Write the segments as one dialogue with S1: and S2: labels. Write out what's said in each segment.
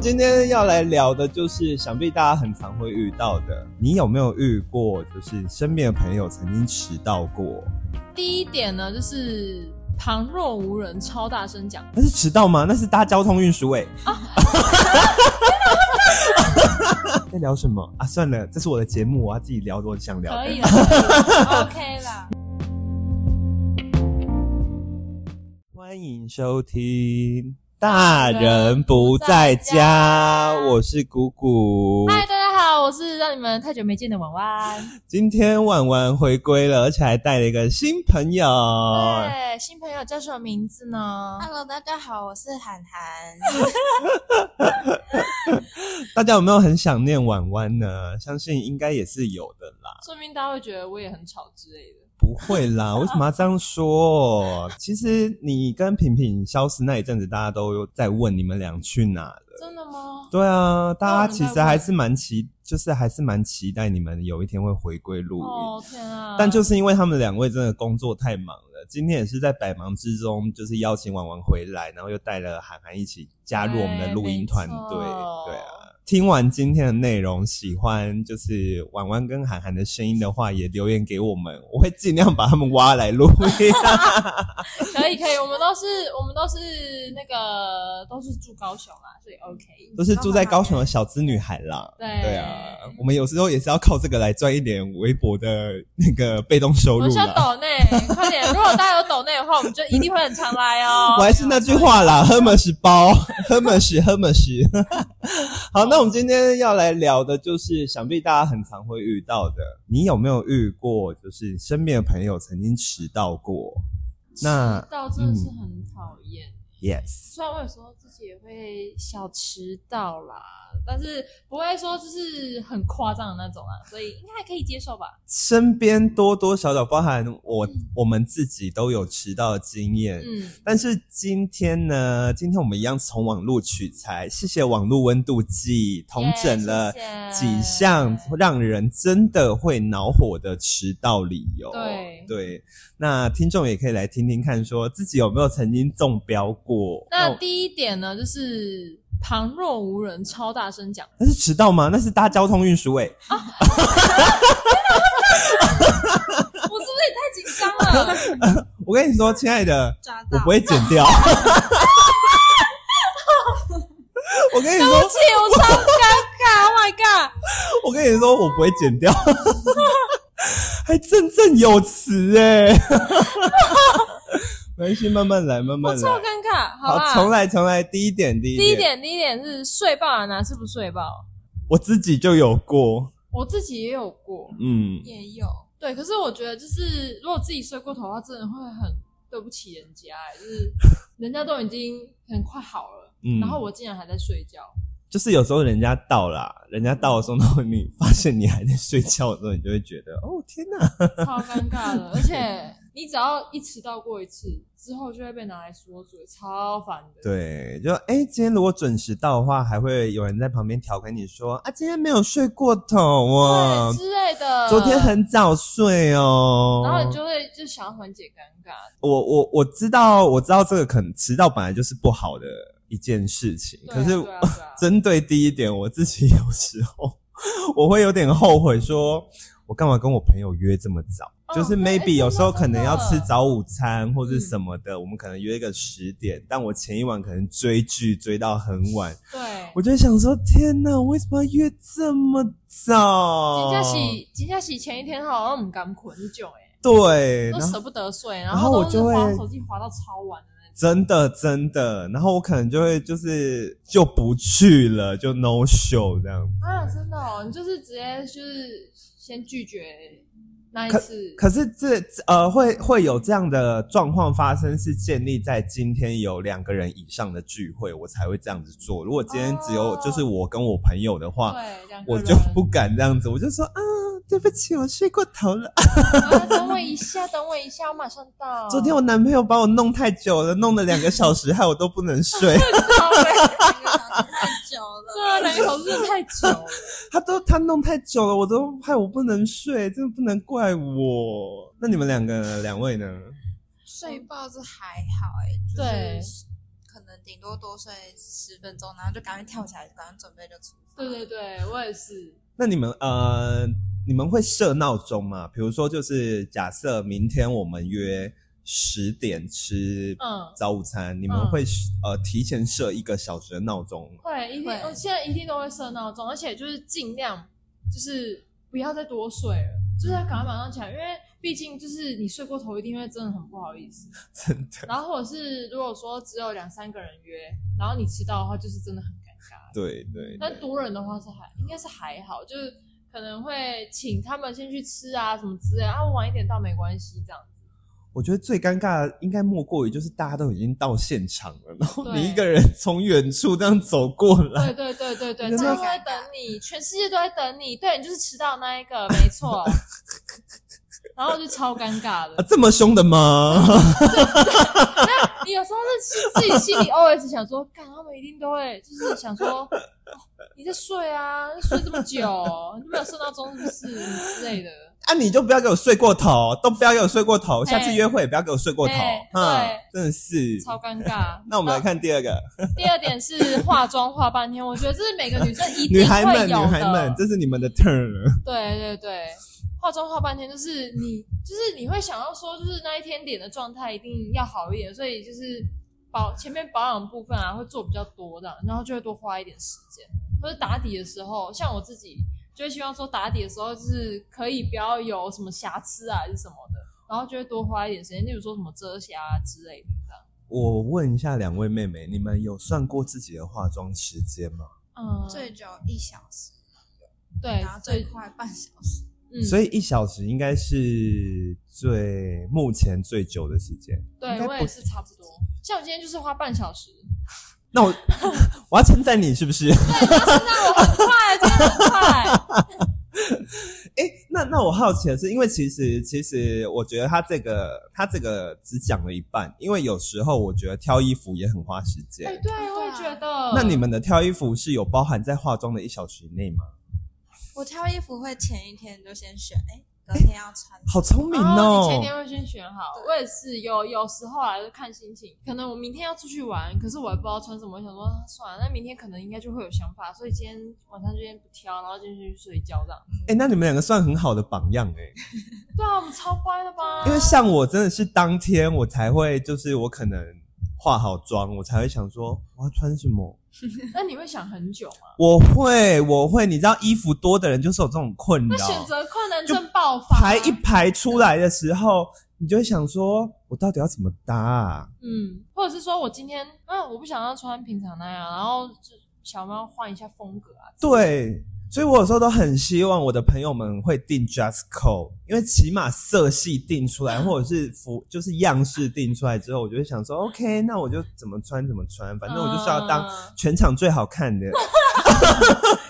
S1: 今天要来聊的就是，想必大家很常会遇到的，你有没有遇过？就是身边的朋友曾经迟到过，
S2: 第一点呢，就是旁若无人，超大声讲。
S1: 那是迟到吗？那是搭交通运输哎。
S2: 哦
S1: 在聊什么啊？算了，这是我的节目，我要自己聊我想聊的。
S2: 可以啦可以 啦，OK 啦。
S1: 欢迎收听《大人不在家》，我是谷谷。
S2: 嗨，大家好，我是让你们太久没见的婉婉。
S1: 今天婉婉回归了，而且还带了一个新朋友。
S2: 对，新朋友叫什么名字呢？
S3: Hello，大家好，我是涵涵。
S1: 大家有没有很想念婉婉呢？相信应该也是有的啦。
S2: 说明大家会觉得我也很吵之类的。
S1: 不会啦，为什么要这样说？其实你跟品品消失那一阵子，大家都有在问你们俩去哪了。
S2: 真的吗？
S1: 对啊，大家
S2: 哦
S1: 其实还是蛮期，就是还是蛮期待你们有一天会回归录音。
S2: 哦天啊！
S1: 但就是因为他们两位真的工作太忙了，今天也是在百忙之中，就是邀请婉婉回来，然后又带了涵涵一起加入我们的录音团队。
S2: 对没错
S1: 对啊，听完今天的内容，喜欢就是婉婉跟涵涵的声音的话，也留言给我们，我会尽量把他们挖来录音。啊
S2: 可以可以，我们都是我们都是那个都是住高雄啦，所以 OK。
S1: 都是住在高雄的小资女孩啦。
S2: 对
S1: 对啊，我们有时候也是要靠这个来赚一点微薄的那个被动收
S2: 我
S1: 入
S2: 们需要
S1: 啦。
S2: 抖内，快 点！如果大家有抖内的话，我们就一定会很常来哦。
S1: 我还是那句话啦，喝门是 包，喝门是喝门是。好，那我们今天要来聊的就是，想必大家很常会遇到的，你有没有遇过？就是身边的朋友曾经迟到过？那
S2: 迟到真的是很讨厌。
S1: Yes，
S2: 嗯虽然我有时候自己也会小迟到啦，但是不会说就是很夸张的那种啦，所以应该还可以接受吧。
S1: 身边多多少少包含我，我们自己都有迟到的经验。
S2: 嗯，
S1: 但是今天呢，今天我们一样从网络取材，谢谢网络温度计统整了
S2: 耶谢谢
S1: 几项让人真的会恼火的迟到理由。
S2: 对
S1: 那听众也可以来听听看，说自己有没有曾经中标过？哦
S2: 那
S1: 我
S2: 第一点呢，就是旁若无人，超大声讲。
S1: 那是迟到吗？那是搭交通运输哎、
S2: 我是不是也太紧张了？
S1: 我跟你说，亲爱的，
S3: 抓
S1: 我
S3: 到，
S1: 不会剪掉。我跟你
S2: 对不
S1: 说，
S2: 起，我超尴尬。Oh my god！
S1: 我跟你说，我不会剪掉，还振振有词哎、没关系，慢慢来，慢
S2: 我
S1: 慢来。
S2: 超尴尬。
S1: 好，
S2: 好啦，
S1: 重来，重来。第一点，第一点，
S2: 第一点，第一点是睡爆啊，哪是不睡爆？
S1: 我自己就有过，
S2: 我自己也有过，
S1: 嗯，
S3: 也有，
S2: 对，可是我觉得就是如果自己睡过头的话，真的会很对不起人家、欸，就是 人家都已经很快好了，
S1: 嗯
S2: 然后我竟然还在睡觉，
S1: 就是有时候人家到啦，人家到的时候，然后你发现你还在睡觉的时候，你就会觉得，哦，天哪，
S2: 超尴尬 的。而且你只要一迟到过一次，之后就会被拿来说嘴，超烦的。
S1: 对，就哎、今天如果准时到的话，还会有人在旁边调侃你说，啊，今天没有睡过头哦
S2: 对，之类的。
S1: 昨天。很早睡哦，
S2: 然后你就会就想要缓解尴尬，
S1: 我我我知道，我知道这个可能迟到本来就是不好的一件事情，
S2: 对啊
S1: 可是
S2: 对啊对啊
S1: 针对第一点，我自己有时候 我会有点后悔说。我干嘛跟我朋友约这么早？
S2: 哦
S1: 就是
S2: 对哎
S1: maybe 有时候可
S2: 真的
S1: 能要吃
S2: 真的
S1: 早午餐或是什么的，我们可能约一个十
S2: 嗯
S1: 点，但我前一晚可能追剧追到很晚，
S2: 对。
S1: 我就想说天哪，为什么要约这么早？
S2: 金
S1: 哦
S2: 佳喜，金佳喜前一天好像唔敢困很久哎，
S1: 对，
S2: 都
S1: 然后
S2: 舍不得睡，然
S1: 然后
S2: 后
S1: 我
S2: 都是
S1: 就会
S2: 滑手机滑到超晚的那种。
S1: 真的真的，然后我可能就会就是就不去了，就 no show 这样。
S2: 啊，真的哦，你就是直接就是先拒绝那一次，
S1: 可是这呃会会有这样的状况发生，是建立在今天有两个人以上的聚会，我才会这样子做。如果今天只有
S2: 哦
S1: 就是我跟我朋友的话，
S2: 对两个
S1: 我
S2: 人，
S1: 就不敢这样子，我就说啊，对不起，我睡过头了。
S2: 啊，等我一下，等我一下，我马上到。
S1: 昨天 我男朋友把我弄太久了，弄了两个小时，害我都不能 睡。
S2: 靠北
S3: 两个小时太久 了。
S2: 对啊，两个小时真的太久了，
S1: 他都他弄太久了，我都害我不能睡，真的不能怪我。那你们两个两位呢？
S3: 睡爆是还好哎、
S2: 嗯对
S3: 就是，可可能顶多多睡十分钟，然后就赶快跳起来，赶快准备就出 发。
S2: 对对对，我也是。
S1: 那你们呃，你们会设闹钟吗？比如说，就是假设明天我们约十点吃
S2: 嗯
S1: 早午餐，你们会、呃提前设一个小时的闹钟吗？
S2: 会一定，
S3: 会
S2: 我现在一定都会设闹钟，而且就是尽量就是不要再多睡了，就是要赶快马上起来，因为毕竟就是你睡过头，一定会真的很不好意思。
S1: 真的，
S2: 然后或者是如果说只有两三个人约，然后你迟到的话，就是真的很尴尬。
S1: 对对对
S2: 但多人的话是还应该是还好，就是可能会请他们先去吃啊什么之类的，啊我晚一点到没关系这样子。
S1: 我觉得最尴尬的应该莫过于就是大家都已经到现场了，然后
S2: 对
S1: 你一个人从远处这样走过来，
S2: 对对对对对，
S1: 你真
S2: 大
S1: 的
S2: 家都在等你，全世界都在等你，对你就是迟到那一个，没错。然后就超尴
S1: 啊
S2: 尬的，，
S1: 这么凶的吗？
S2: 你有时候是心自己心里 OS 想说，干他们一定都会，就是想说、哦你在睡啊，睡这么久，你都没有睡到钟是不是之类的？
S1: 啊，你就不要给我睡过头，都不要给我睡过头，
S2: 嘿
S1: 下次约会也不要给我睡过头
S2: 嘿，
S1: 嗯
S2: 哎对，
S1: 真的是。。
S2: 超尴尬
S1: 那我们来看第二个，
S2: 第二点是化妆化半天，我觉得这是每个女生一定
S1: 女
S2: 会
S1: 孩们，女
S2: 有
S1: 孩们
S2: 的。，
S1: 这是你们的 turn 了。
S2: 对对对，化妆化半天就是你，就是你会想要说，就是那一天脸的状态一定要好一点，所以就是保前面保养部分啊会做比较多的，然后就会多花一点时间。或者打底的时候，像我自己就会希望说打底的时候就是可以不要有什么瑕疵啊还是什么的，然后就会多花一点时间，例如说什么遮瑕啊之类的这样。
S1: 我问一下两位妹妹，你们有算过自己的化妆时间吗？
S2: 嗯，
S3: 最久一小时，
S2: 对
S3: 然后最快半小时。
S2: 嗯
S1: 所以一小时应该是最目前最久的时间。应
S2: 对
S1: 该
S2: 我
S1: 不
S2: 也是差不多。像我今天就是花半小 时，
S1: 那 我我要称赞你是不是？
S2: 快，真的很快。
S1: 哎、那那我好奇的是，因为其实其实我觉得他这个他这个只讲了一半，因为有时候我觉得挑衣服也很花时间。
S2: 哎，对，我也觉得。
S1: 那你们的挑衣服是有包含在化妆的一小时以内吗？
S3: 我挑衣服会前一天就先选，哎，隔天要穿。
S1: 好聪明
S2: 哦，
S1: 哦
S2: 你！前天会先选好，我也是有有时候啊，就看心情。可能我明天要出去玩，可是我也不知道穿什么，我想说啊算了，那明天可能应该就会有想法，所以今天晚上就先不挑，然后今天就去睡觉这样。
S1: 哎、那你们两个算很好的榜样哎、
S2: 对啊，我们超乖的吧？
S1: 因为像我真的是当天我才会，就是我可能化好妆，我才会想说我要穿什么。
S2: 那你会想很久吗？
S1: 我会，我会，你知道衣服多的人就是有这种困
S2: 那
S1: 扰，
S2: 选择困难
S1: 就
S2: 症爆发，
S1: 排一排出来的时候，你就会想说，我到底要怎么搭、啊？
S2: 嗯，或者是说我今天，嗯，我不想要穿平常那样，然后就想要换一下风格啊。
S1: 对，所以我有时候都很希望我的朋友们会定 dress code，因为起码色系定出 来，或者是服就是样式定出来之后，我就会想说，OK，那我就怎么穿怎么穿，反正我就是要当
S2: 嗯
S1: 全场最好看的。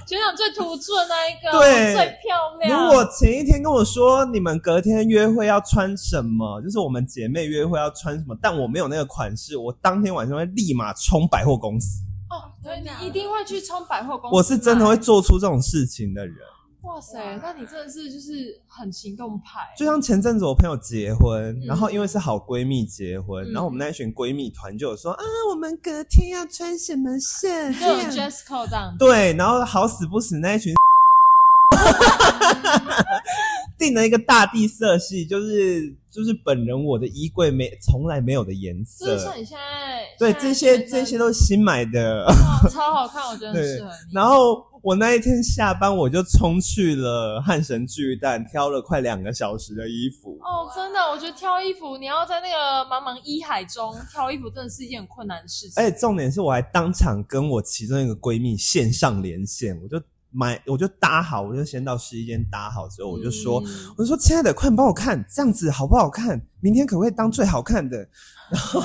S2: 全场最突出的那一个，
S1: 对
S2: 最漂
S1: 如
S2: 亮。
S1: 果前一天跟我说你们隔天约会要穿什么，就是我们姐妹约会要穿什么，但我没有那个款式，我当天晚上会立马冲百货公司。
S2: 哦，对，你一定会去冲百货公司，
S1: 我是真的会。做出这种事情的人。
S2: 哇塞
S3: 哇，
S2: 那你真的是就是很行动派，
S1: 就像前阵子我朋友结婚，
S2: 嗯
S1: 然后因为是好闺蜜结婚，
S2: 嗯
S1: 然后我们那一群闺蜜团就有说啊，我们隔天要穿什么色？
S2: 就有 dress code 这样子。
S1: 对，然后好死不死那一群 定了一个大地色系，就是就是本人我的衣柜没从来没有的颜
S2: 就是像
S1: 色。
S2: 你现在，
S1: 对，
S2: 现
S1: 这些
S2: 在觉得
S1: 这些都是新买的。
S2: 哇超好看，我觉得很适合你。
S1: 然后我那一天下班，我就冲去了汉神巨蛋，挑了快两个小时的衣服。
S2: 哦，真的，我觉得挑衣服，你要在那个茫茫衣海中挑衣服，真的是一件很困难的事情。
S1: 而且哎重点是，我还当场跟我其中一个闺蜜线上连线，我就买，我就搭好，我就先到试衣间搭好之后，我就说，
S2: 嗯
S1: 我就说亲爱的，快帮我看这样子好不好看？明天可不可以当最好看的？ 然后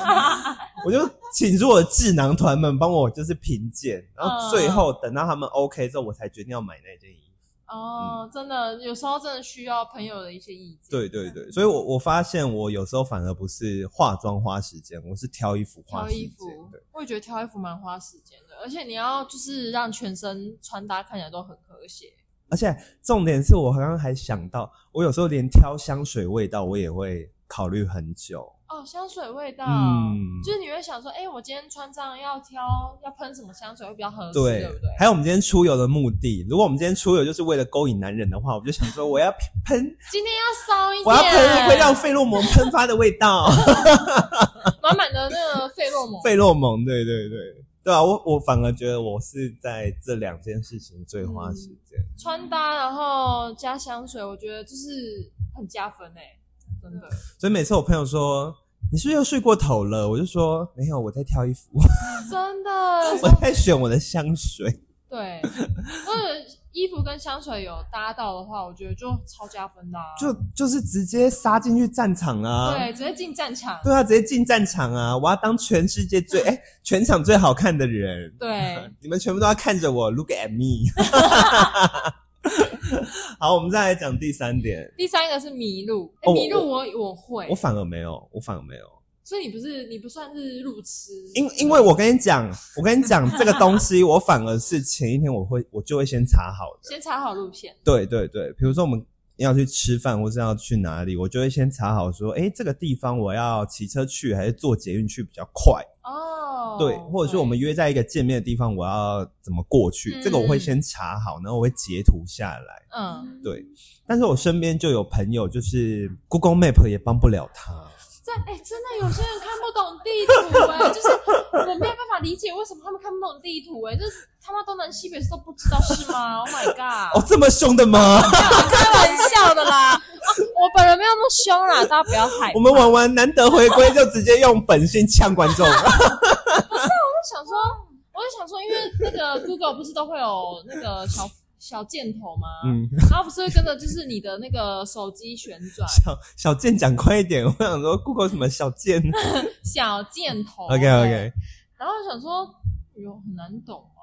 S1: 我就请出我的智囊团们帮我就是评鉴，然后最后等到他们 OK 之后，我才决定要买那件衣服。
S2: 哦，真的，有时候真的需要朋友的一些意见。
S1: 对对对，
S2: 嗯
S1: 所以我我发现我有时候反而不是化妆花时间，我是挑衣服花
S2: 挑
S1: 时
S2: 衣
S1: 间。
S2: 服
S1: 对，
S2: 我也觉得挑衣服蛮花时间的，而且你要就是让全身穿搭看起来都很和谐。
S1: 而且重点是我刚刚还想到，我有时候连挑香水味道我也会考虑很久。
S2: 哦，哦，香水味道，
S1: 嗯
S2: 就是你会想说，哎、我今天穿这样要挑要喷什么香水会比较合适，对
S1: 对
S2: 不对？
S1: 还有我们今天出游的目的，如果我们今天出游就是为了勾引男人的话，我就想说我要喷，
S2: 今天要骚一点，
S1: 我要喷会让费洛蒙喷发的味道，
S2: 满满的那个费洛蒙。
S1: 费洛蒙，对对对，对啊，我我反而觉得我是在这两件事情最花时间，
S2: 穿搭，然后加香水，我觉得就是很加分哎、真的。
S1: 所以每次我朋友说你是不是又睡过头了，我就说没有，我在挑衣服，
S2: 真的，
S1: 我在选我的香水。
S2: 对，或者衣服跟香水有搭到的话，我觉得就超加分的、啊。
S1: 就就是直接杀进去战场啊！
S2: 对，直接进战场。
S1: 对啊，直接进战场啊！我要当全世界最哎、全场最好看的人。
S2: 对，
S1: 你们全部都要看着我，look at me。好，我们再来讲第三点。
S2: 第三个是迷路，
S1: 哦
S2: 哎，
S1: 我
S2: 迷路我我会
S1: 我，反而没有，我反而没有，
S2: 所以你不是你不算是路痴，
S1: 因因为我跟你讲，我跟你讲这个东西， 我反而是前一天我会我就会先查好的。
S2: 先查好路线。
S1: 对对对，比如说我们要去吃饭或是要去哪里，我就会先查好说，哎，这个地方我要骑车去还是坐捷运去比较快。
S2: 哦，
S1: 对，或者是我们约在一个见面的地方，我要怎么过去？这个我会先查好，然后我会截图下来。
S2: 嗯，
S1: 对，但是我身边就有朋友，就是 Google Map 也帮不了他。
S2: 在哎、真的有些人看不懂地图哎、就是我没有办法理解为什么他们看不懂地图哎、就是他妈东南西北都不知道是吗？Oh my god！
S1: 哦，这么凶的吗？
S2: 开玩笑的啦， 我本人没有那么凶啦，大家不要害怕。
S1: 我们玩完难得回归，就直接用本性呛观众。
S2: 就想说，我就想说，因为那个 Google 不是都会有那个小小箭头吗？
S1: 嗯，
S2: 然后不是会跟着就是你的那个手机旋转
S1: 小小健讲快一点，我想说 Google 什么小健。
S2: 小箭头。
S1: OK OK，
S2: 然后想说，有很难懂啊。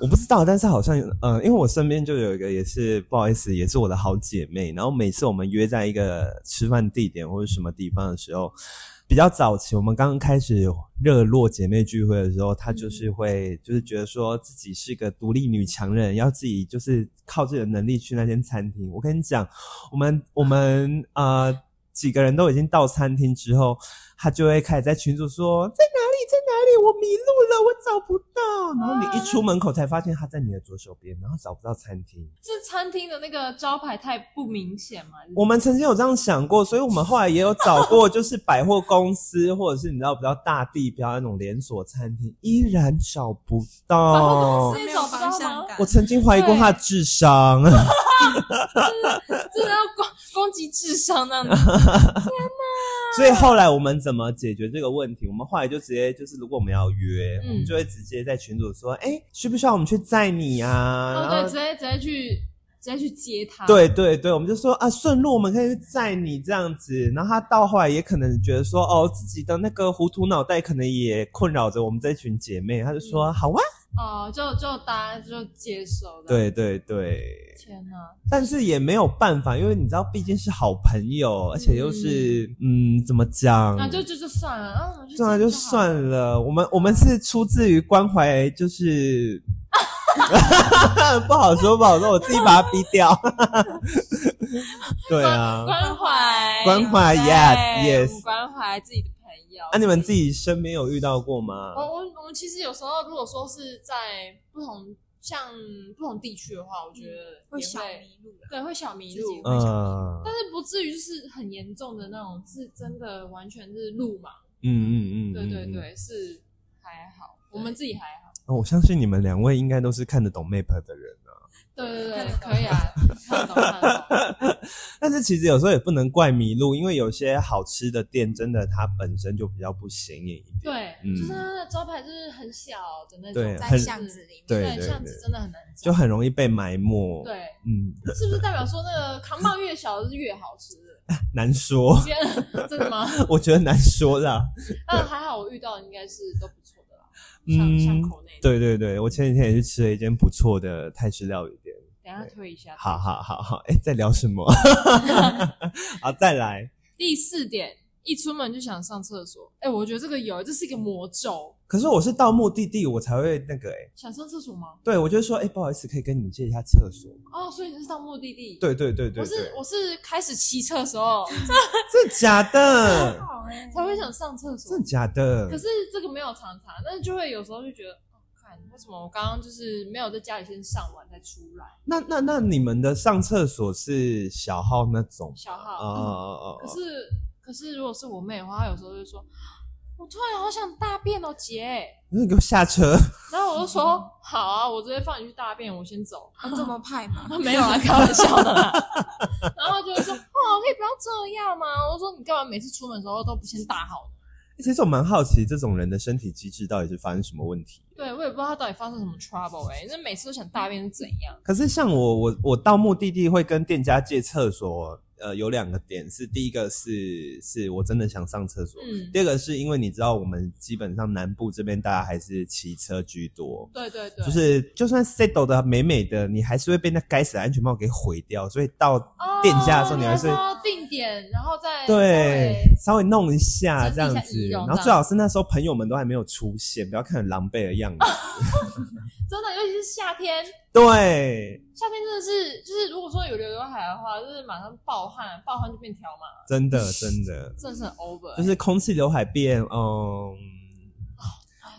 S1: 我不知道，但是好像嗯、呃因为我身边就有一个也是不好意思，也是我的好姐妹。然后每次我们约在一个吃饭地点或者什么地方的时候，比较早期，我们刚刚开始热络姐妹聚会的时候，她就是会就是觉得说自己是个独立女强人，要自己就是靠自己的能力去那间餐厅。我跟你讲，我们我们呃几个人都已经到餐厅之后，她就会开始在群组说在哪里在哪里，我迷路了，我找不到。然后你一出门口才发现她在你的左手边，然后找不到餐厅。
S2: 是餐厅的那个招牌太不明显嘛？
S1: 我们曾经有这样想过，所以我们后来也有找过，就是百货公司或者是你知道比较大地标那种连锁餐厅，依然找不
S2: 百货
S1: 到
S2: 公。司
S3: 没有方向感
S1: 我。曾经怀疑过他的智商，
S2: 真的要攻攻击智 商那样子。
S1: 所以后来我们怎么解决这个问题？我们后来就直接就是，如果我们要约，
S2: 嗯
S1: 我们就会直接在群组说，哎、需不需要我们去载你啊？
S2: 哦，
S1: 然
S2: 对，
S1: 后
S2: 直接直接去直接去接他。
S1: 对对对，我们就说啊，顺路我们可以去载你这样子。然后他到后来也可能觉得说，哦，自己的那个糊涂脑袋可能也困扰着我们这群姐妹，他就说、好啊，
S2: 哦，就就大家就接受了。，
S1: 对对对，
S2: 天哪，
S1: 但是也没有办法，因为你知道，毕竟是好朋友，而且又是嗯怎么讲？
S2: 那就就就算了，啊，我就
S1: 算了就
S2: 接受好了
S1: 算了，我们我们是出自于关怀，就是。 不好说，不好说，我自己把它逼掉。 对啊，
S2: 关怀
S1: 关怀
S2: 对
S1: yes，yes
S2: 我们关怀自己的朋友。
S1: 啊，你们自己身边有遇到过吗
S2: 我，？我我们其实有时候如果说是在不同像不同地区的话，我觉得也
S3: 嗯会小迷路了，
S2: 对会小迷
S3: 自己
S2: 路，
S3: 会
S1: 嗯
S2: 但是不至于就是很严重的那种，是真的完全是路盲。
S1: 嗯嗯嗯，
S2: 对对
S1: 嗯。嗯
S2: 对，是还好，我们自己还好。
S1: 哦我相信你们两位应该都是看得懂 map 的人啊。
S2: 对对对
S3: 看得，懂
S2: 可以啊，看得懂看得懂。
S1: 但是其实有时候也不能怪迷路，因为有些好吃的店真的它本身就比较不显眼一点。
S2: 对，
S1: 嗯
S2: 就是它的招牌就是很小的那种，
S1: 对
S3: 在
S1: 很
S3: 巷子里面。
S1: 对对
S2: 巷子
S1: 对
S2: 真的很难
S1: 就
S2: 找。
S1: 很容易被埋没。，
S2: 对，
S1: 嗯，
S2: 是不是代表说那个扛棒越小是越好吃的？
S1: 难说，
S2: 别人真的吗？
S1: 我觉得难说啦。
S2: 那还好，我遇到的应该是都不错的啦，
S1: 嗯
S2: 像巷口那种。
S1: 对对对，我前几天也去吃了一间不错的泰式料理店。
S2: 等一下推一下。
S1: 好好好好，哎、在聊什么？好，再来。
S2: 第四点，一出门就想上厕所。哎、我觉得这个有，这是一个魔咒。
S1: 可是我是到目的地我才会那个哎、
S2: 想上厕所吗？
S1: 对我就说哎、不好意思，可以跟你们借一下厕所吗？
S2: 哦，所以你是到目的地。
S1: 对对对对
S2: 我
S1: 对
S2: 是，我是开始骑车的 时候
S1: 真的假的？
S3: 好哎、
S2: 才会想上厕所
S1: 真，的假的
S2: 可？是这个没有常常，但是就会有时候就觉得，哦，看为什么我刚刚就是没有在家里先上完再出来，
S1: 那那那你们的上厕所是小号那种吗？
S2: 小号。
S1: 哦哦哦
S2: 可
S1: 哦，
S2: 是可是如果是我妹的话，她有时候就会说，我突然好想大便哦，姐。
S1: 那给我下车！
S2: 然后我就
S1: 嗯
S2: 说，好啊，我直接放你去大便，我先 走。
S3: 哦这么派吗？
S2: 没有啊，开玩笑的啦。 然后就会说，哦，可以不要这样吗？我说你干嘛每次出门的时候都不先大好呢？
S1: 其实我蛮好奇这种人的身体机制到底是发生什么问题。
S2: 对我也不知道他到底发生什么 trouble 哎、那每次都想大便是怎样？
S1: 可是像我，我我到目的地会跟店家借厕所，呃，有两个点是，第一个是是我真的想上厕所，
S2: 嗯，
S1: 第二个是因为你知道我们基本上南部这边大家还是骑车居多，
S2: 对对对，
S1: 就是就算 settle 的美美的，你还是会被那该死的安全帽给毁掉，所以到
S2: 哦
S1: 店家的时候你还是
S2: 要定点，然后再
S1: 对，稍微弄一下这
S2: 哎整
S1: 样
S2: 理一下
S1: 子，
S2: 仪容啊
S1: 然
S2: 这
S1: 后
S2: 样
S1: 最好是那时候朋友们都还没有出现，不要看很狼狈的样子。
S2: 真的，尤其是夏天，
S1: 对，
S2: 夏天真的是就是如果说有流刘海的话，就是马上暴汗，暴汗就变条码，
S1: 真的真的，
S2: 真的是很 over 欸、
S1: 就是空气刘海变，嗯，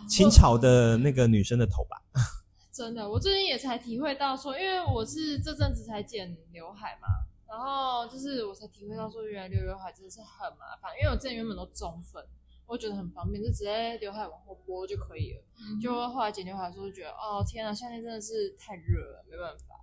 S1: 清朝的那个女生的头吧。
S2: 真的，我最近也才体会到说，因为我是这阵子才剪刘海嘛，然后就是我才体会到说，原来留刘海真的是很麻烦，因为我之前原本都中分，我觉得很方便，就直接刘海往后拨就可以了。
S1: 嗯
S2: 就后来剪刘海的时候，就觉得哦天啊，夏天真的是太热了，没办法。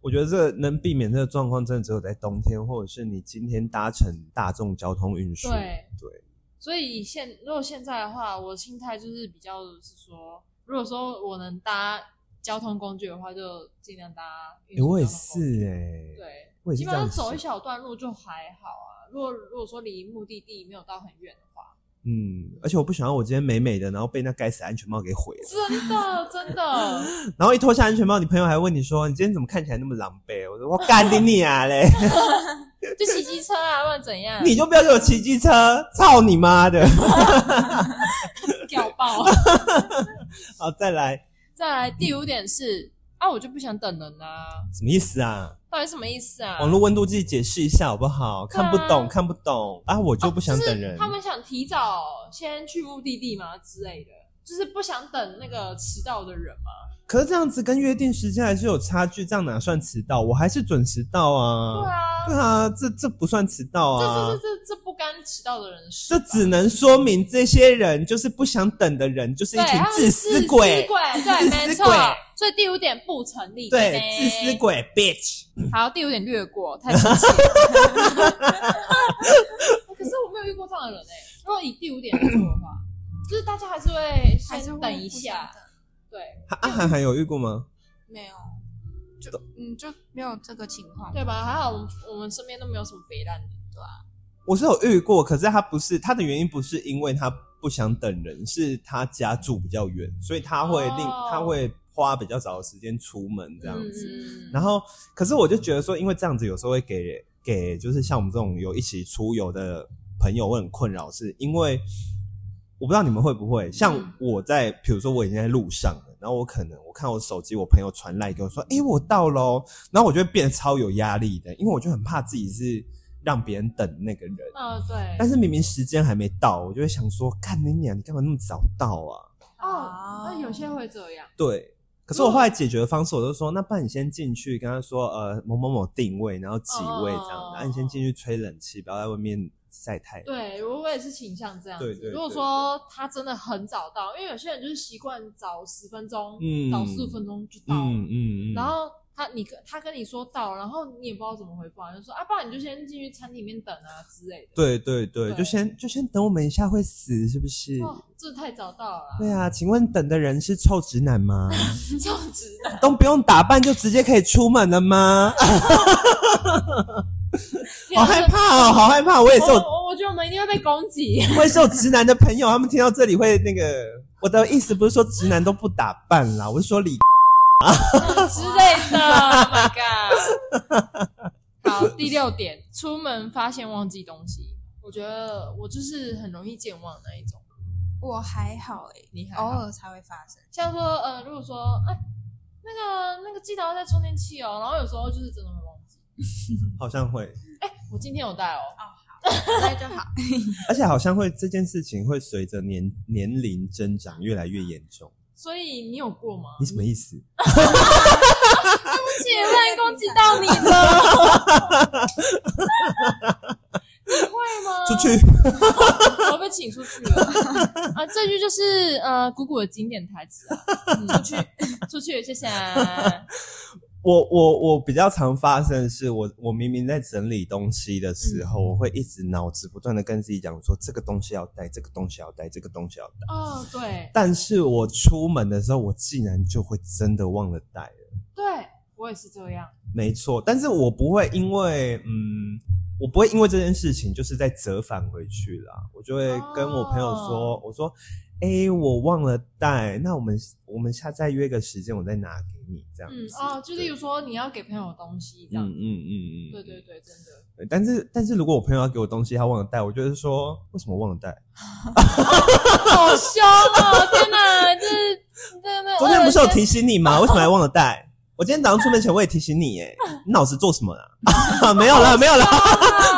S1: 我觉得这能避免这个状况，真的只有在冬天，或者是你今天搭乘大众交通运输。
S2: 对
S1: 对，
S2: 所以以现如果现在的话，我心态就是比较是说，如果说我能搭交通工具的话，就尽量搭运
S1: 诶
S2: 输
S1: 我也
S2: 交通工具。
S1: 是哎、
S2: 对，
S1: 我也是
S2: 基
S1: 这
S2: 本
S1: 样
S2: 上
S1: 想
S2: 走一小段路就还好啊。如果如果说离目的地没有到很远的话，
S1: 嗯，而且我不想要我今天美美的，然后被那该死的安全帽给毁了。
S2: 真的真的，
S1: 然后一脱下安全帽，你朋友还问你说：“你今天怎么看起来那么狼狈？”我说：“我干你你啊嘞，？
S2: 就骑机车啊，不然怎样
S1: 你就不要给我骑机车，操你妈的！”
S2: 屌爆！啊
S1: 好，再来，
S2: 再来第五点是啊，我就不想等人啊，
S1: 什么意思啊？
S2: 到底什么意思啊？
S1: 网络温度计解释一下好不好？看不懂，看不懂啊！我就不想等
S2: 哦就
S1: 人
S2: 是。他们想提早先去目的地嘛之类的，就是不想等那个迟到的人嘛。
S1: 可是这样子跟约定时间还是有差距，这样哪算迟到？我还是准时到
S2: 对
S1: 啊！
S2: 啊，
S1: 对啊，这这不算迟到啊！
S2: 这这这这这不干迟到的人的事
S1: 这
S2: 吧。
S1: 只能说明这些人就是不想等的人，就是一
S2: 对，
S1: 群
S2: 他们
S1: 自
S2: 是
S1: 私
S2: 自私
S1: 鬼，
S2: 鬼，对，
S1: 自私
S2: 没错
S1: 鬼。
S2: 所以第五点不成立。
S1: 对，
S2: 拜拜
S1: 自私。鬼，bitch。
S2: 好，第五点略过，太生气了。 哎可是我没有遇过这样的人哎、如果以第五点来说的话， 就是大家还是会
S3: 还是
S2: 先
S3: 会
S2: 等一
S3: 互相
S2: 下，
S3: 等，
S2: 对
S1: 啊啊，涵涵有遇过吗？
S3: 没有，就嗯就没有这个情况。
S2: 对吧？还好我们我们身边都没有什么肥蛋的，对吧、
S1: 我是有遇过，可是他不是他的原因，不是因为他不想等人，是他家住比较远，所以他会令、
S2: 哦
S1: 他会花比较早的时间出门这样子。
S2: 嗯
S1: 然后，可是我就觉得说，因为这样子有时候会给给就是像我们这种有一起出游的朋友会很困扰，是因为我不知道你们会不会像
S2: 嗯
S1: 我在，比如说我已经在路上了，然后我可能我看我手机，我朋友传来给我说，诶、我到喽，然后我就会变得超有压力的，因为我就很怕自己是让别人等那个人。
S2: 嗯，对。
S1: 但是明明时间还没到，我就会想说，干你娘，你干嘛那么早到啊？
S2: 哦，那有些会这样。
S1: 对。可是我后来解决的方式，我就说，那不然你先进去，跟他说，呃，某某某定位，然后几位这样
S2: 哦
S1: 子，然后你先进去吹冷气，不要在外面晒太阳。
S2: 对，我我也是倾向这样子。
S1: 对对
S2: 如果
S1: 对
S2: 说他真的很早到，因为有些人就是习惯早十分钟，
S1: 嗯
S2: 早十五分钟就到了，
S1: 嗯嗯嗯。
S2: 哦然后他你跟他跟你说到，然后你也不知道怎么回复啊，就说啊，不然你就先进去餐厅里面等啊之类的。
S1: 对对对，
S2: 对哦
S1: 就先就先等我们一下会死，是不是？
S2: 哇，这太早到了啊，
S1: 对啊，请问等的人是臭直男吗？
S2: 这种直男。
S1: 都不用打扮就直接可以出门了 吗？ 好害怕哦，好害怕！我也是
S2: 我
S1: 有
S2: 我我觉得我们一定会被攻 击。
S1: 会受直男的朋友，他们听到这里会那个。我的意思不是说直男都不打扮啦，我是说理。
S2: 之类的。Oh my god！好，第六点，出门发现忘记东西。我觉得我就是很容易健忘那一种。
S3: 我还好哎、
S2: 你还
S3: 偶
S2: 好
S3: 尔才会发生。
S2: 像说，呃，如果说，哎，那个那个记得要带充电器哦，然后有时候就是真的会忘记。
S1: 好像会，
S2: 我今天有带哦，
S3: 那就好。
S1: 而且好像会这件事情会随着年年龄增长越来越严重。
S2: 所以你有过吗？
S1: 你什么意思？
S2: 不行，乱攻击到你了。 你会吗？
S1: 出去，
S2: 我被请出去了。啊，这句就是呃谷谷的经典台词啊，嗯出去，出去，谢啊谢。
S1: 我我我比较常发生的是，我我明明在整理东西的时候，我会一直脑子不断的跟自己讲说，这个东西要带，这个东西要带，这个东西要带。
S2: 哦，对
S1: 但是我出门的时候，我竟然就会真的忘了带了。
S2: 对，我也是这样。
S1: 没错，但是我不会因为嗯，我不会因为这件事情就是再折返回去啦。我就会跟我朋友说，
S2: 哦
S1: 我说，诶，我忘了带，那我们我们下次再约个时间，我再拿给你这样
S2: 嗯
S1: 子。
S2: 哦，就例如说你要给朋友东西这
S1: 嗯。
S2: 样
S1: 嗯嗯嗯，
S2: 对对对，真的。
S1: 对但是但是如果我朋友要给我东西，他忘了带，我就是说为什么忘了带？
S2: 哦好凶哦！天哪，这这这
S1: 昨天不是有提醒你
S2: 哦
S1: 吗？为什么还忘了带？我今天早上出门前我也提醒你，哎，你脑子做什么啦？ 没有啦，没有啦，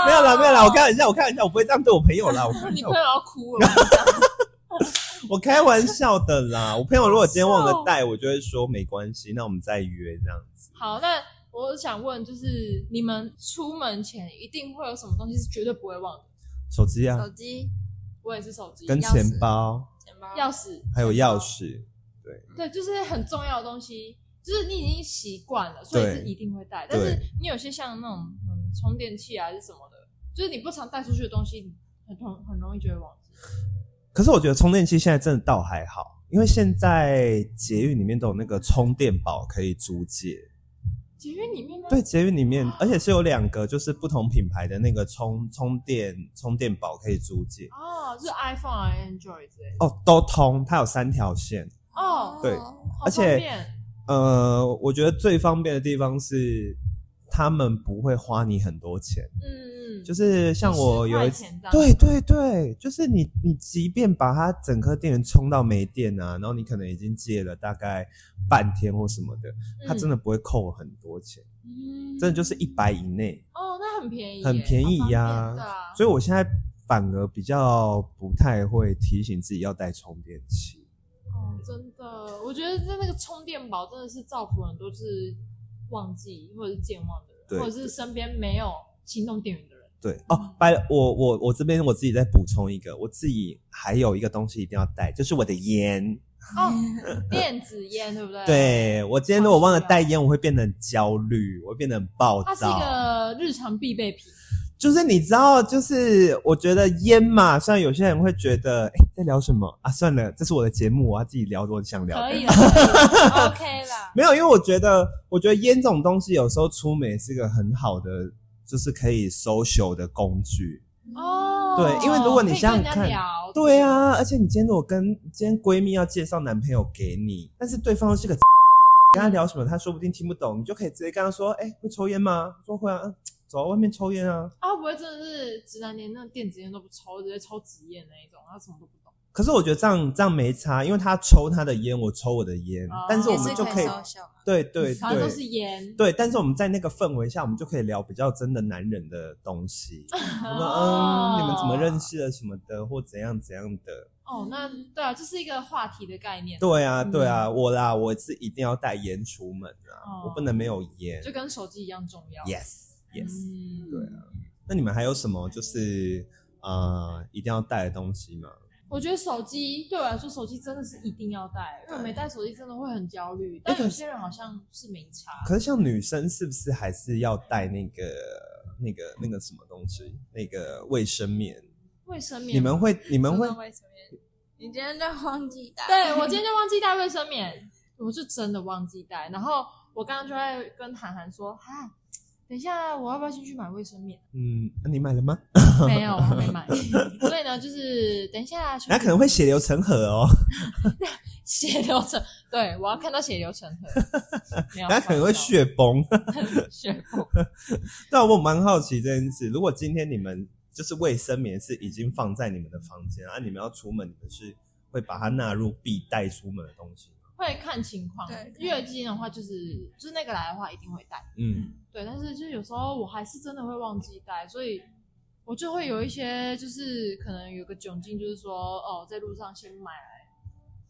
S1: 没有啦，没有啦，我开玩笑，我开玩笑，我不会这样对我朋友啦，我开玩
S2: 你
S1: 笑
S2: 朋，友要哭了。
S1: 我开玩笑的啦。我朋友如果今天忘
S3: 哦
S1: 了带，我就会说没关系，那我们再约这样子。
S2: 好，那我想问，就是你们出门前一定会有什么东西是绝对不会忘的？
S1: 手机啊
S3: 手，机、
S2: 我也是手机、
S1: 跟
S3: 钥匙
S1: 钱包，
S3: 钱包、
S2: 钥匙，
S1: 还有钥匙，
S2: 对，就是很重要的东西，就是你已经习惯了，所以是一定会带。但
S1: 对
S2: 是你有些像那种嗯充电器啊还是什么的，就是你不常带出去的东西，你很容很容易就会忘记。
S1: 可是我觉得充电器现在真的倒还好，因为现在捷运里面都有那个充电宝可以租借。
S2: 捷运里面吗？
S1: 对，捷运里面，而且是有两个，就是不同品牌的那个充充电充电宝可以租借
S2: 哦，就是 iPhone 啊、Android 之类的。
S1: 哦，都通，它有三条线。
S2: 哦
S1: 对
S2: 好
S1: 而且
S2: 方便
S1: 呃，我觉得最方便的地方是，他们不会花你很多钱，
S2: 嗯，嗯，
S1: 就是像我有一
S2: 一
S1: 次。对对对，就是你，你即便把它整颗电源充到没电啊，然后你可能已经借了大概半天或什么的，它真
S2: 的，
S1: 的不会扣很多钱，
S2: 嗯
S1: 真的就是一百以内。
S2: 哦，那很便宜耶，
S1: 很便宜呀、
S2: 好方便对啊
S1: 所以我现在反而比较不太会提醒自己要带充电器。
S2: 哦，真的，我觉得在那个充电宝真的是造福很多就是忘记或者是健忘的
S1: 对
S2: 人，或者是身边没有行动电源的人。
S1: 对哦，拜了，我我我这边我自己再补充一个，我自己还有一个东西一定要带，就是我的烟。
S2: 哦， 电子烟对不对？，
S1: 对我今天如果忘了带烟，我会变得很焦虑，我会变得很暴
S2: 它是一
S1: 躁。
S2: 个日常必备品。
S1: 就是你知道，就是我觉得烟嘛，虽然有些人会觉得，哎、在聊什么啊？算了，这是我的节目，我要自己聊我想聊的。
S2: 可以了可以了，OK 啦。
S1: 没有，因为我觉得，我觉得烟这种东西有时候出门也是个很好的，就是可以 social 的工具。
S2: 哦，
S1: 对因为如果你
S2: 可以
S1: 想想
S2: 跟人家
S1: 看
S2: 聊
S1: 对，啊，而且你今天如果跟今天闺蜜要介绍男朋友给你，但是对方是个， 跟他聊什么，他说不定听不懂，你就可以直接跟他说：“哎、会抽烟吗？”说会啊，嗯走到外面抽烟啊。
S2: 啊，会不会真的是直男连那个电子烟都不抽，直接抽纸烟那一种，他什么都不懂。
S1: 可是我觉得这样这样没差，因为他抽他的烟，我抽我的烟，
S2: 哦
S1: 但是我
S3: 也
S1: 们
S3: 是
S1: 就
S3: 可
S1: 可
S3: 以
S1: 以
S3: 收手嘛。
S1: 对对
S2: 反正都是
S1: 对
S2: 烟。
S1: 对，但是我们在那个氛围下，我们就可以聊比较真的男人的东 西。什么
S2: 哦
S1: 嗯，你们怎么认？识的什么的，或怎样怎样的？
S2: 哦，那对啊，这是一个话题的概念，
S1: 对啊，对啊，我啦，我是一定要带烟出门啊，
S2: 哦
S1: 我不能没有烟。
S2: 就跟手机一样重要。
S1: Yes yes。
S2: 嗯，
S1: 对啊。那你们还有什么就是呃一定要带的东西吗？
S2: 我觉得手机对我来说，手机真的是一定要带，因为我没带手机真的会很焦虑。但
S1: 哎可
S2: 有
S1: 是
S2: 些人好像是没差，
S1: 可是像女生是不是还是要带那个那个那个什么东西？那个卫生棉？
S2: 卫生棉。
S1: 你们会你们
S3: 不
S1: 会
S3: 知道为什么？你今天在忘记带？
S2: 对我今天就忘记带卫生棉，我就真的忘记带。然后我刚刚就在跟韩寒说，哈，等一下我要不要先去买卫生棉？
S1: 嗯，那你买了吗？
S2: 没有，我还没买。 所以呢，就是等一下，
S1: 那可能会血流成河哦，
S2: 血流成， 对我要看到血流成 河，没有
S1: 那可能会
S2: 开玩笑
S1: 血崩。
S2: 血崩。
S1: 但我蛮好奇这件事，如果今天你们就是卫生棉是已经放在你们的房间啊，你们要出门，你们是会把它纳入必带出门的东西吗？
S2: 会看情况啊
S3: 对。
S2: 月经的话，就是就是那个来的话，一定会带。
S1: 嗯，
S2: 对，但是就是有时候我还是真的会忘记带，所以我就会有一些就是可能有个窘境，就是说哦，在路上先买来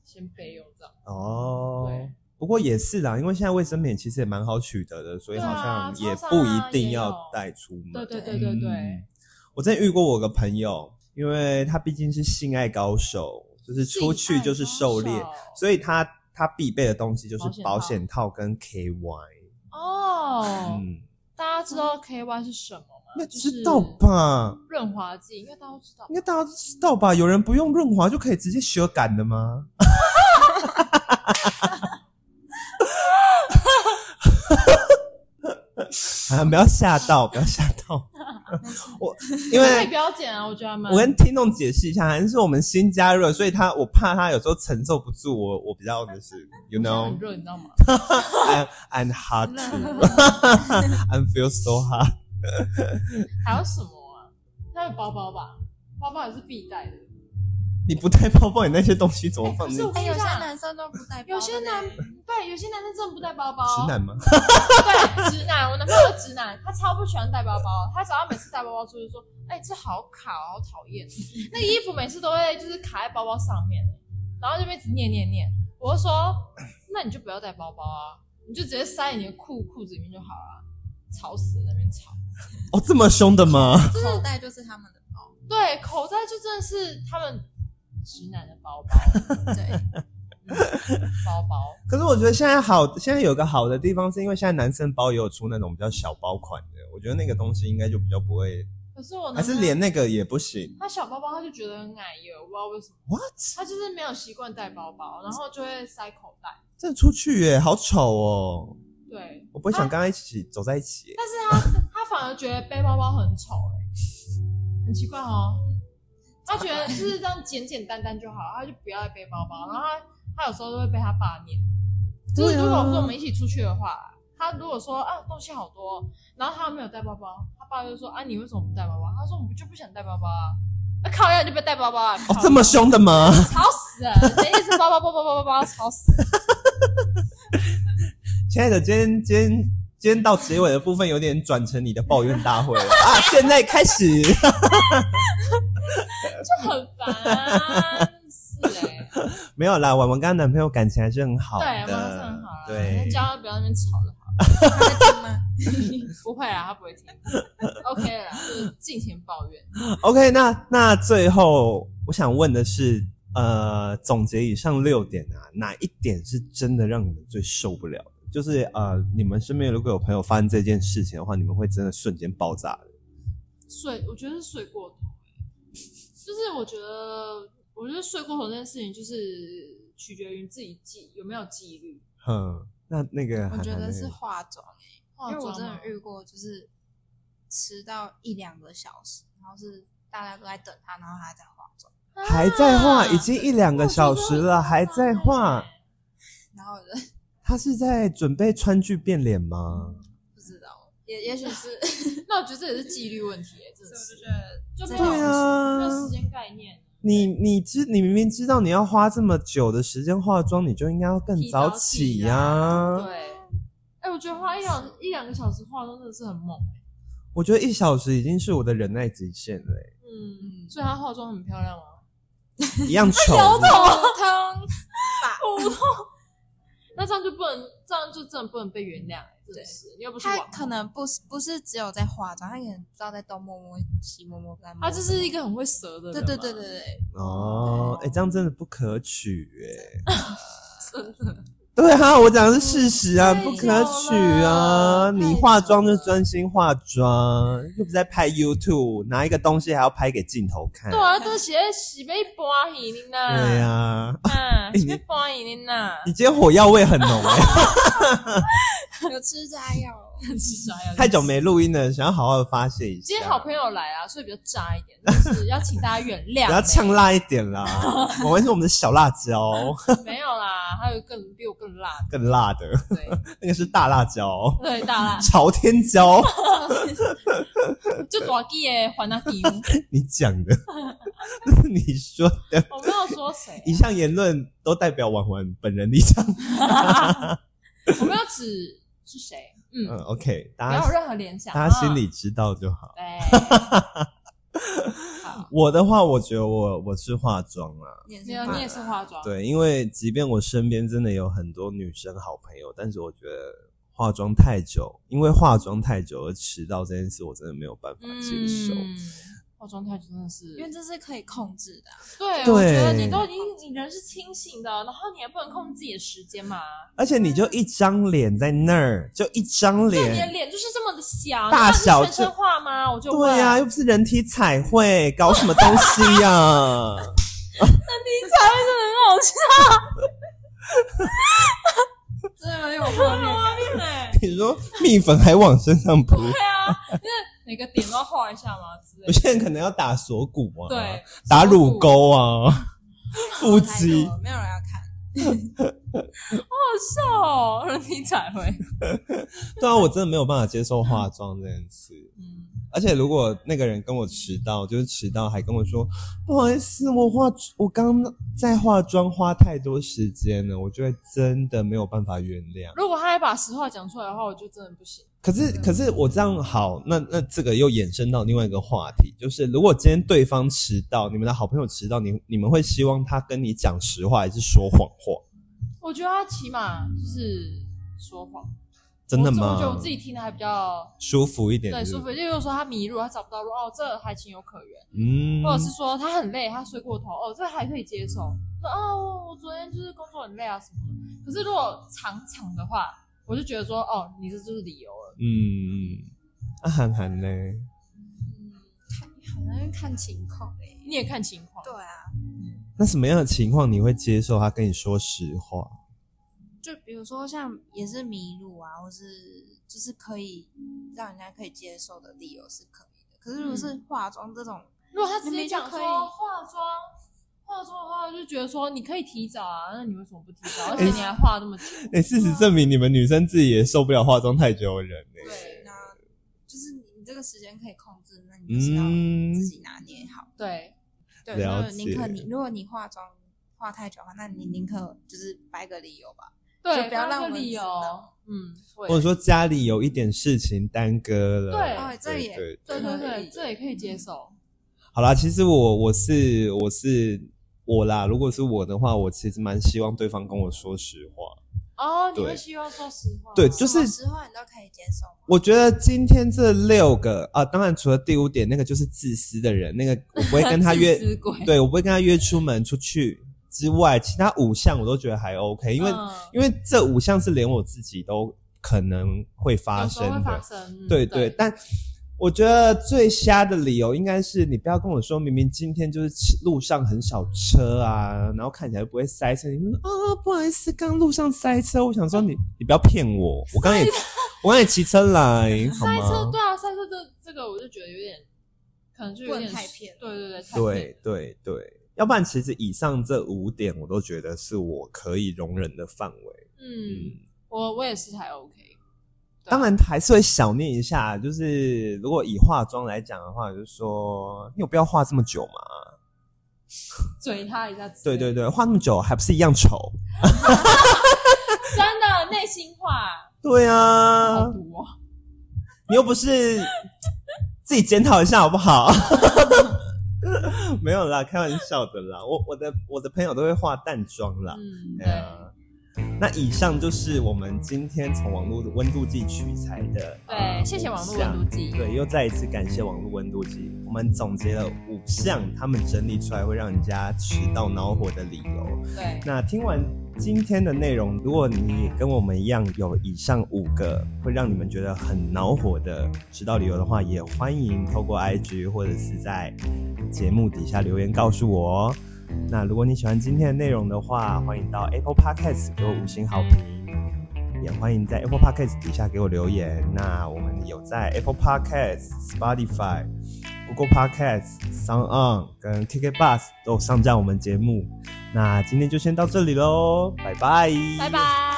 S2: 先备用这样。
S1: 哦
S2: 对，
S1: 不过也是啦，因为现在卫生棉其实也蛮好取得的，所以
S2: 对
S1: 好
S2: 啊
S1: 像也
S2: 超商
S1: 不
S2: 啊
S1: 一定
S2: 也有
S1: 要带出门。
S2: 对对对对对，
S1: 嗯我之前遇过我个朋友，因为他毕竟是性爱高手，就是出去就是狩猎，所以他他必备的东西就是保
S2: 保
S1: 险
S2: 险
S1: 套跟 KY。
S2: 哦，
S1: 嗯，
S2: 大家知道 KY 是什么吗？
S1: 那
S2: 就
S1: 知
S2: 是
S1: 道吧？
S2: 润滑剂，应该大家都知道
S1: 应。该大家都知道吧？有人不用润滑就可以直接修改的吗？ 啊！不要吓到，不要吓到！ 我因
S2: 可以
S1: 为
S2: 不要剪啊，我觉得还蛮
S1: 我跟听众解释一下，还是我们新加入的，所以他我怕他有时候承受不住我，我比较就是 you
S2: 现在很
S1: know
S2: 热，你知道吗？
S1: I'm I'm hard to I'm feel so hard。
S2: 还有什么啊？还有包包吧，包包也是必带的。
S1: 你不带包包，你那些东西怎么放
S2: 可
S1: 进
S2: 是
S1: 去？
S2: 我跟
S3: 哎，有
S2: 你
S3: 些
S2: 讲，
S3: 男生都不带包的呢，
S2: 有些男对有些男生真的不带包包，
S1: 直男吗？
S2: 对直男，我男朋友是直男，他超不喜欢带包包，他只要每次带包包出去说，哎、这好卡哦，好讨厌，那个衣服每次都会就是卡在包包上面，然后就一直念念念，我就说，那你就不要带包包啊，你就直接塞你的裤裤子里面就好了，啊吵死了在那边吵。
S1: 哦，这么凶的吗？
S3: 口袋就是他们的包，
S2: 对，口袋就真的是他们直男的包 包，
S3: 对，
S2: 包包。
S1: 可是我觉得现在好，现在有个好的地方是因为现在男生包也有出那种比较小包款的，我觉得那个东西应该就比较不会，
S2: 可是我
S1: 还
S2: 男
S1: 是
S2: 朋友
S1: 连那个也不行。
S2: 他小包包，他就觉得很矮油，我不知道为什么，
S1: What？
S2: 他就是没有习惯带包包，然后就会塞口袋。
S1: 这出去耶，好丑哦！
S2: 对，
S1: 我不会想跟他一起走在一起耶。
S2: 但是他他反而觉得背包包很丑、欸，很奇怪哦。他觉得就是这样简简单单就好，他就不要再背包包。然后他他有时候都会被他爸念，就是
S1: 啊
S2: 如果说我们一起出去的话，他如果说啊东西好多，然后他没有带包包，他爸就说啊你为什么不带包包？他说我就不想带包包啊，那、靠呀你就不带包包啊，
S1: 哦，
S2: 靠
S1: 这么凶的吗？
S2: 吵死了，人一直包包包包包包包吵死了。
S1: 亲爱的，今天今天今天到结尾的部分有点转成你的抱怨大会了啊！现在开始，
S2: 很烦，是哎、欸，
S1: 没有啦，婉婉跟她男朋友感情还是很好的，
S2: 对，妈是很好啊，
S1: 对，
S2: 教他不要在那边吵就好了。
S3: 他会 听吗？
S2: 不会啊啦，他不会听。OK 啦，就是尽情抱怨。
S1: OK，那那最后我想问的是，呃，总结以上六点啊，哪一点是真的让你们最受不了的？就是呃，你们身边如果有朋友发生这件事情的话，你们会真的瞬间爆炸的。
S2: 睡，我觉得是睡过头、欸，就是我觉得，我觉得睡过头这件事情，就是取决于自己纪有没有纪律。
S1: 哼，那那个韩
S3: 我觉
S1: 寒那
S3: 得
S1: 个
S3: 是化妆欸，
S2: 化
S3: 因为
S2: 妆
S3: 我真
S2: 吗
S3: 的遇过，就是迟到一两个小时，然后是大家都在等他，然后他在化妆，
S1: 还在画，
S2: 啊
S1: 已经一两个小时了，还在画。
S3: 然后我就
S1: 他是在准备川剧变脸吗？
S3: 不知道，也也 许是，
S2: 那我觉得这也是纪律问题、欸，真的是，
S3: 得
S2: 就没
S3: 对
S2: 有
S1: 对
S2: 没
S1: 啊
S2: 有，时间概念。
S1: 你你知你明明知道你要花这么久的时间化妆，你就应该要更
S3: 提
S1: 早
S3: 早
S1: 起啊
S3: 起
S1: 呀、
S2: 啊对，哎、我觉得花一两一两个小时化妆真的是很猛、欸。
S1: 我觉得一小时已经是我的忍耐极限了、 欸
S2: 嗯，所以她化妆很漂亮啊吗？
S1: 一样丑。
S3: 哦普通吧。
S2: 那这样就不能，这样就真的不能被原谅、欸，真的是。你又不是
S3: 他
S2: 网
S3: 可能不是不是只有在化妆，他可能知道在东摸摸西摸摸在摸。
S2: 他就是一个很会折的人
S3: 对
S2: 嘛。
S3: 对对对对，
S1: 哦，哎、这样真的不可取哎、
S2: 真的。
S1: 对啊，我讲的是事实啊，
S2: 太久
S1: 不可取啊！
S2: 了太久
S1: 你化妆就专心化妆，又不是在拍 YouTube，拿一个东西还要拍给镜头看。
S2: 对啊，这鞋洗被搬起呢。
S1: 哎对呀、哎啊，
S2: 嗯，洗被搬起呢。
S1: 你今天火药味很浓哎、
S3: 有吃炸药，
S2: 是啊，
S1: 太久。没录音了，想要好好的发泄一下。
S2: 今天好朋友来啊，所以比较渣一 点，但是要请大家原谅、欸。
S1: 不要呛辣一点啦，我们是我们的小辣椒。
S2: 没有啦，啊，还有更比我更辣
S1: 更辣的，
S2: 的，对
S1: 那个是大辣 椒哦，
S2: 对，大辣，
S1: 朝天椒，
S2: 就大鸡耶，还那 鸡，
S1: 你讲的， 你说的，
S2: 我没有说谁，
S1: 以上言论都代表婉婉本人立 场。
S2: 我没有指是谁，嗯，
S1: 嗯，OK，
S2: 不
S1: 大
S2: 要
S1: 家
S2: 有任何联想，
S1: 大家心
S2: 啊
S1: 里知道就好。
S2: 对，好，
S1: 我的话，我觉得我我是化妆啦，
S3: 你也
S2: 没有，
S3: 化
S2: 你也是化妆，
S1: 对，因为即便我身边真的有很多女生好朋友，但是我觉得化妆太久，因为化妆太久而迟到这件事，我真的没有办法接受。
S2: 嗯，化妆态度真的是，
S3: 因为这是可以控制的啊、
S2: 对，
S1: 对
S2: 我觉得你都已经你人是清醒的，然后你还不能控制自己的时间嘛，
S1: 而且你就一张脸在那儿，就一张
S2: 对，你的
S1: 脸，
S2: 脸就是这么的小，
S1: 大小
S2: 那你是全身
S1: 就
S2: 画吗？我就问
S1: 对啊呀、又不是人体彩绘，搞什么东西呀、
S2: 你才会真的很好笑，
S3: 真的有画面感。
S2: 真 的欸
S1: 你说蜜粉还往身上扑，
S2: 对啊，就是每个点都要画一下嘛之类
S1: 有
S2: 的。
S1: 些人可能要打锁骨啊，
S2: 对，
S1: 打乳沟啊，腹肌
S3: 太多了没有人要看，
S2: 好笑哦，人体彩 绘。
S1: 对啊，我真的没有办法接受化妆这件事。
S2: 嗯，
S1: 而且如果那个人跟我迟到，就是迟到还跟我说不好意思，我化我刚在化妆花太多时间了，我就会真的没有办法原谅。
S2: 如果他还把实话讲出来的话，我就真的不行。
S1: 可是可是我这样好，那那这个又衍生到另外一个话题，就是如果今天对方迟到，你们的好朋友迟到，你你们会希望他跟你讲实话还是说谎话？
S2: 我觉得他起码就是说谎，
S1: 真的
S2: 我我
S1: 吗
S2: 觉？得我自己听的还比较
S1: 舒服一点
S2: 对
S1: 是
S2: 舒
S1: 不是，
S2: 服，就如说他迷路，他找不到路，哦，这还情有可原；
S1: 嗯，
S2: 或者是说他很累，他睡过头，哦，这还可以接受。说哦，我昨天就是工作很累啊什么的。可是如果常常的话，我就觉得说，哦，你这就是理由了。
S1: 嗯，啊韩寒呢？
S3: 嗯，看好像看情况哎、
S2: 你也看情况，
S3: 对啊，
S1: 那什么样的情况你会接受他跟你说实话？
S3: 就比如说像也是迷路啊，或是就是可以让人家可以接受的理由是可以的。可是如果是化妆这种，
S2: 如果他直接
S3: 明明就
S2: 讲
S3: 可以
S2: 说化妆，化妆的话，就觉得说你可以提早啊，那你为什么不提 早？而且
S3: 哎
S2: 你还化那么久，
S1: 哎、事实证明你们女生自己也受不了化妆太久的人欸呢、
S2: 对
S3: 那就是你这个时间可以控制，那你就是要
S1: 嗯，
S3: 自己拿捏好。
S2: 对，
S3: 对，
S1: 了
S3: 那宁可
S1: 解
S3: 你如果你化妆化太久的话，那你宁可就是掰个理由吧。
S2: 对，
S3: 就不要
S2: 刚刚
S3: 让我
S2: 那
S3: 们
S2: 理
S3: 知
S2: 由
S3: 道，
S2: 嗯，
S1: 或者说家里有一点事情耽搁了，
S2: 对
S3: 哦这也
S1: 对
S2: 对对对，
S3: 可以
S2: 这也可以接
S3: 嗯
S2: 受。
S1: 好啦，其实我我是我是我啦，如果是我的话，我其实蛮希望对方跟我说实话。
S2: 哦，你
S1: 对
S2: 会希望说实话吗，
S1: 对就是
S3: 什么时候你都可以接受吗？
S1: 我觉得今天这六个啊，当然除了第五点那个就是自私的人，那 个我不会跟他约
S2: 自，私鬼，
S1: 对我不会跟他约出门出去之外，其他五项我都觉得还 OK，因为、
S2: 嗯
S1: 因为这五项是连我自己都可能会发
S2: 有时候
S1: 生
S2: 会发
S1: 的，
S2: 生，嗯
S1: 对对，但。我觉得最瞎的理由应该是你不要跟我说，明明今天就是吃路上很少车啊，然后看起来不会塞车。你们说啊，不好意思，刚路上塞车。我想说你，你不要骗我，我刚也我刚也骑车 来，好
S2: 塞车，
S1: 吗？
S2: 对啊，塞车这这个我就觉得有点，可能就有
S3: 不
S2: 点
S3: 能太偏
S2: 对对对，太
S1: 对
S2: 偏
S1: 对对，要不然其实以上这五点我都觉得是我可以容忍的范围。
S2: 嗯，
S1: 嗯，
S2: 我我也是还 OK，对
S1: 当然还是会小念一下，就是如果以化妆来讲的话，就是说你有必要化这么久吗？
S2: 嘴他一下之
S1: 对
S2: 类
S1: 对
S2: 的，
S1: 对，化那么久还不是一样丑？
S2: 真的内心话
S1: 对啊
S2: 好，毒哦。
S1: 你又不是自己检讨一下好不好？ 没有啦，开玩笑的啦。我我的我的朋友都会化淡妆啦。
S2: 嗯，
S1: 对
S2: 对，
S1: 啊，那以上就是我们今天从网络的温度计取材的。呃
S2: 对，谢谢网络温度计。
S1: 啊对，又再一次感谢网络温度计。我们总结了五项，他们整理出来会让人家迟到恼火的理由。
S2: 对，
S1: 那听完今天的内容，如果你也跟我们一样有以上五个会让你们觉得很恼火的迟到理由的话，也欢迎透过 IG 或者是在节目底下留言告诉我哦。那如果你喜欢今天的内容的话，欢迎到 Apple Podcast 给我五星好评，也欢迎在 Apple Podcast 底下给我留言。那我们有在 Apple Podcast、Spotify、 Google Podcast、Sound On 跟 KK Bus 都有上架我们节目。那今天就先到这里喽，拜拜，
S2: 拜。拜。